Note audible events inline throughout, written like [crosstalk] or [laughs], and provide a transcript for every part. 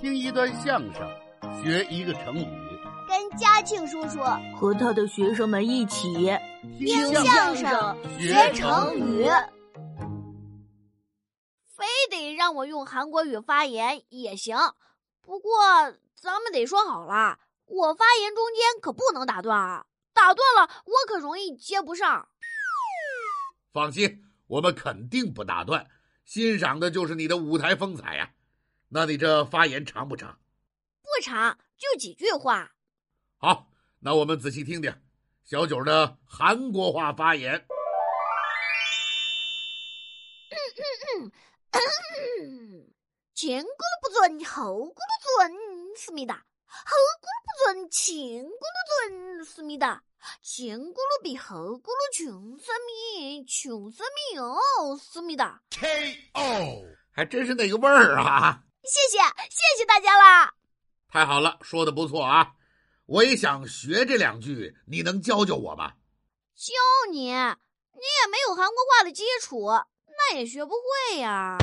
听一段相声，学一个成语，跟嘉庆叔叔和他的学生们一起。听相声学成语，非得让我用韩国语发言也行。不过咱们得说好了，我发言中间可不能打断啊，打断了我可容易接不上。放心，我们肯定不打断，欣赏的就是你的舞台风采呀、那你这发言长不长？不长，就几句话。好，那我们仔细听听小九的韩国话发言。嗯前咕噜不准，后咕噜准，思密达。后咕噜不准，前咕噜准，思密达。前咕噜比后咕噜穷思密，穷思密哦，思密达。哦 K.O. 还真是那个味儿啊！谢谢，谢谢大家啦！太好了，说的不错啊！我也想学这两句，你能教教我吗？教哦你，你也没有韩国话的基础，那也学不会呀、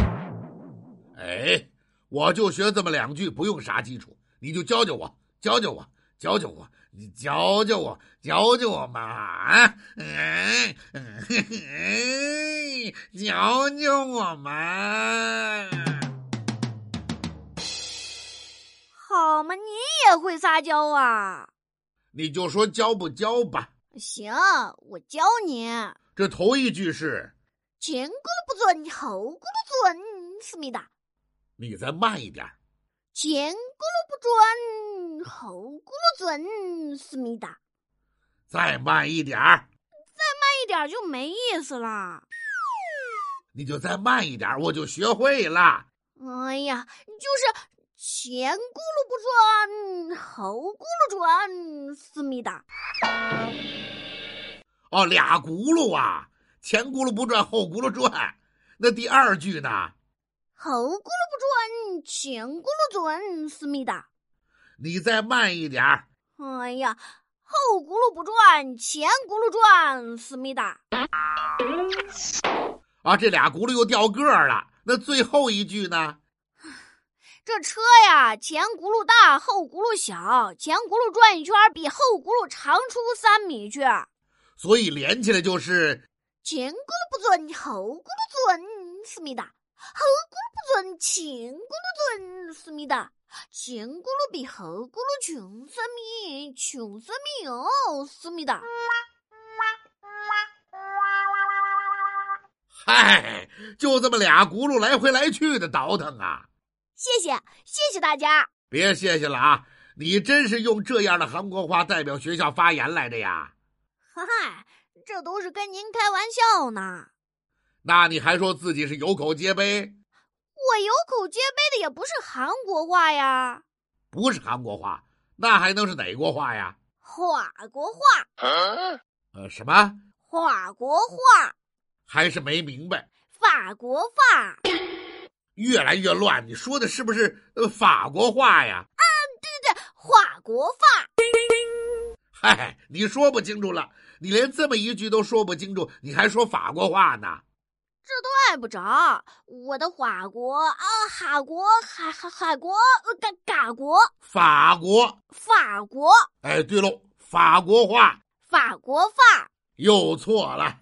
哎，我就学这么两句，不用啥基础，你就教教我，教教我，教教我，你教教我，教教我嘛！啊，嗯嗯嘿嘿， [laughs] 教教我嘛！好嘛，你也会撒娇啊？你就说教不教吧。行，我教你。这头一句是，前咕噜不准，后咕噜准，思密达。你再慢一点儿。前咕噜不准，后咕噜准，思密达。再慢一点儿，一点儿就没意思啦。你就再慢一点儿，我就学会了。哎呀，就是前咕噜不准，后咕噜准，思密达。哦，俩轱辘啊，前轱辘不转，后轱辘转。那第二句呢？后咕噜不准，前咕噜准，思密达。你再慢一点儿。哎呀，后轱辘不转，前轱辘转，思密达。啊，这俩轱辘又掉个儿了。那最后一句呢？这车呀，前轱辘大，后轱辘小，前轱辘转一圈儿比后轱辘长出三米去。所以连起来就是前轱辘不准，后轱辘准，思密达。后轱辘不准，前轱辘准，思密达。前轱辘比后轱辘穷思密，穷思密哦，思密达。嗨，就这么俩轱辘来回来去的倒腾啊！谢谢，谢谢大家。别谢谢了啊，你真是用这样的韩国话代表学校发言来的呀？嗨，这都是跟您开玩笑呢。那你还说自己是有口皆碑？我有口皆碑的也不是韩国话呀，不是韩国话，那还能是哪国话呀？法国话，呃，什么？法国话，还是没明白，法国话。越来越乱。你说的是不是呃法国话呀？法国话，嗨，你说不清楚了，你连这么一句都说不清楚，你还说法国话呢？怪不着我的法国啊，哈国，海海海国，呃嘎嘎国，法国，法国，哎，对喽，法国话法国话。又错了。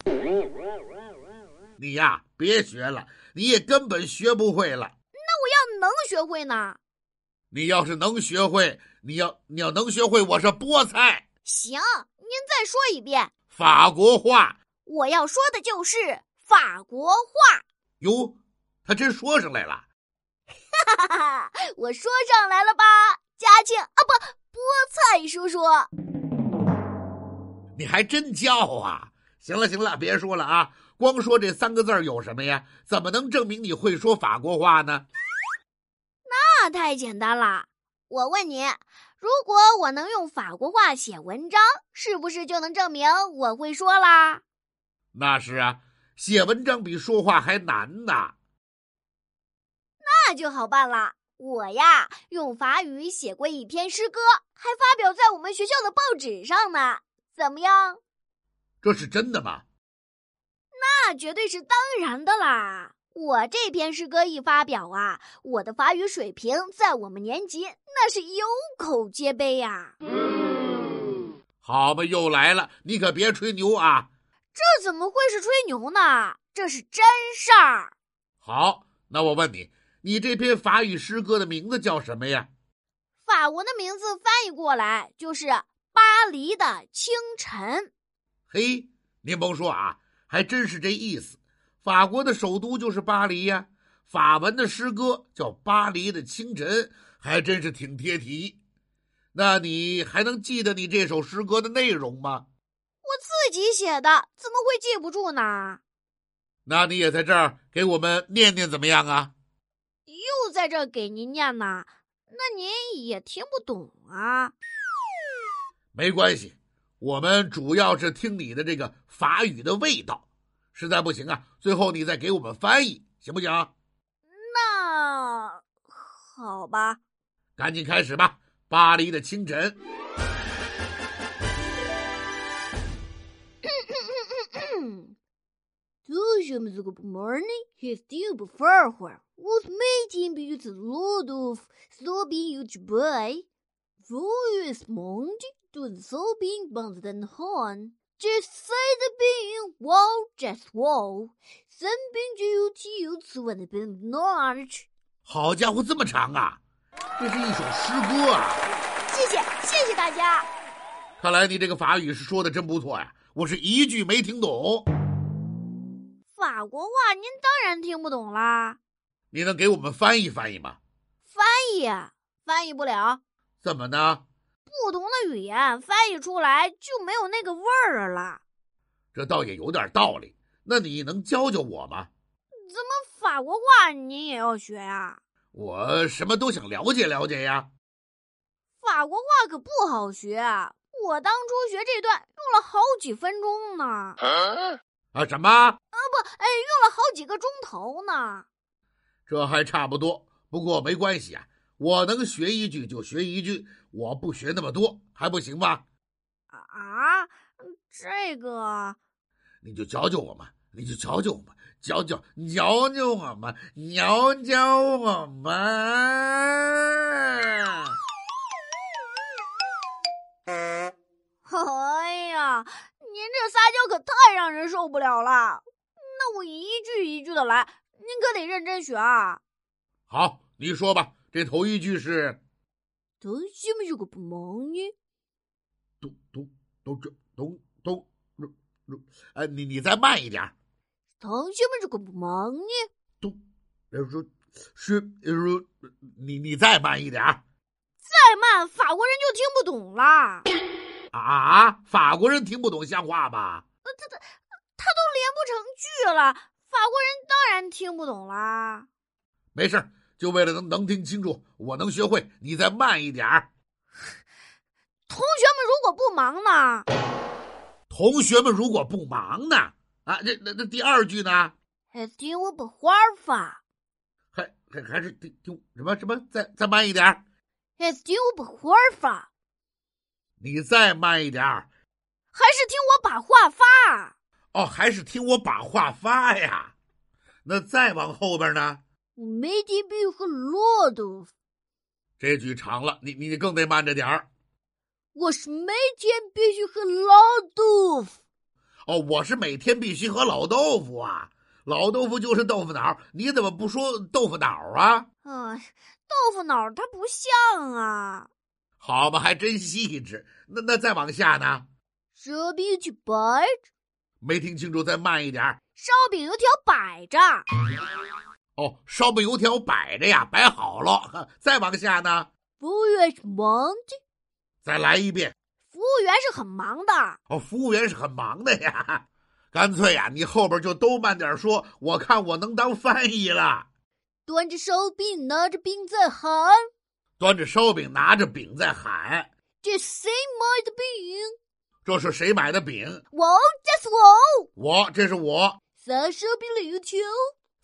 你呀，别学了，你也根本学不会了。要能学会呢，你要是能学会，你要你要能学会，我是菠菜。行，您再说一遍，法国话我要说的就是法国话。 [laughs] 哟，他真说上来了。哈哈哈，我说上来了吧，嘉庆啊不，菠菜叔叔。你还真叫啊！行了行了，别说了啊，光说这三个字儿有什么呀？怎么能证明你会说法国话呢？那太简单啦！我问你，如果我能用法国话写文章，是不是就能证明我会说啦？那是啊，写文章比说话还难呢。那就好办啦！我呀，用法语写过一篇诗歌，还发表在我们学校的报纸上呢。怎么样？这是真的吗？那绝对是当然的啦！我这篇诗歌一发表啊，我的法语水平在我们年级那是有口皆碑呀、好嘛，又来了，你可别吹牛啊！这怎么会是吹牛呢？这是真事儿。好，那我问你，你这篇法语诗歌的名字叫什么呀？法文的名字翻译过来就是《巴黎的清晨》。嘿，您甭说啊，还真是这意思。法国的首都就是巴黎呀、法文的诗歌叫《巴黎的清晨》，还真是挺贴题。那你还能记得你这首诗歌的内容吗？自己写的，怎么会记不住呢？那你也在这儿给我们念念怎么样啊？又在这儿给您念呢，那您也听不懂啊。没关系，我们主要是听你的这个法语的味道。实在不行啊，最后你再给我们翻译，行不行？那好吧。赶紧开始吧，《巴黎的清晨》。嗯 Toujours the good morning, he still before her, was making with load of sobbing huge boy. Voyous mond to the sobbing band than horn. Just say the being wall, just wall. Then being you to you to when it been large. 好家伙，这么长啊！这是一首诗歌啊！谢谢，谢谢大家。看来你这个法语是说的真不错呀、我是一句没听懂。法国话您当然听不懂啦，你能给我们翻译翻译吗？翻译哎翻译不了。怎么呢？不同的语言翻译出来就没有那个味儿了。这倒也有点道理。那你能教教我吗？怎么法国话您也要学呀、我什么都想了解了解呀。法国话可不好学啊！我当初学这段用了好几分钟呢，啊，什么？哎，用了好几个钟头呢。这还差不多。不过没关系啊，我能学一句就学一句，我不学那么多还不行吗？啊，这个你就教教我嘛，你就教教我嘛，教教教教我嘛，教教我嘛。哎呀，您这撒娇可太让人受不了了。那我一句一句的来，您可得认真学啊。好，你说吧，这头一句是。同学们有个不忙呢，咚咚咚这咚咚噜噜，呃，你你再慢一点儿，同学们有个不忙呢，呃说是呃说，你你再慢一点儿再慢法国人就听不懂啦。啊！法国人听不懂像话吧？他都连不成句了，法国人当然听不懂啦。没事儿，就为了能能听清楚，我能学会，你再慢一点儿。同学们如果不忙呢，同学们如果不忙呢？啊，这那那第二句呢？还听我把花法，还还还是听听什么什么？再再慢一点儿，还听我把花法，你再慢一点儿。还是听我把话发。哦，还是听我把话发呀。那再往后边呢？我没听比和骆驼，这句长了，你你你更得慢着点儿。我是每天必须和老豆腐。哦，我是每天必须喝老豆腐啊，老豆腐就是豆腐脑儿，你怎么不说豆腐脑儿啊？哎，豆腐脑儿它不像啊。好吧，还真细致。那那再往下呢？烧饼去摆，没听清楚，再慢一点儿。烧饼油条摆着，哦，烧饼油条摆着呀，摆好了。呵再往下呢？服务员是忙的，再来一遍。服务员是很忙的。哦，服务员是很忙的呀。 [laughs] 干脆呀、你后边就都慢点说，我看我能当翻译了。端着烧饼，拿着饼在喊端着烧饼，拿着饼在喊这谁买的饼？：“这是谁买的饼？我这是我。我，这是我。”撒烧饼了油条，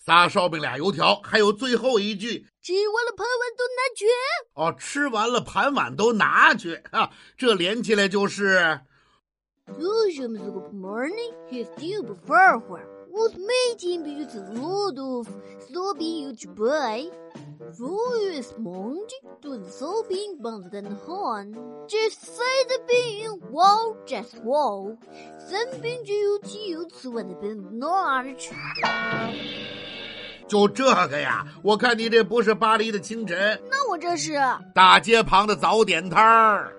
仨烧饼俩油条，还有最后一句吃完了盘完都拿去。哦，吃完了盘碗都拿去啊，这连起来就是 Toujours the good morning, he's still before her. 웃음이 비웃 로도프 소비우치 브이 Ruus mond doet zo being band den horn. Just say the being wall just wall. Then being you to you to and been large. 就这个呀，我看你这不是巴黎的清晨，那我这是大街旁的早点摊儿。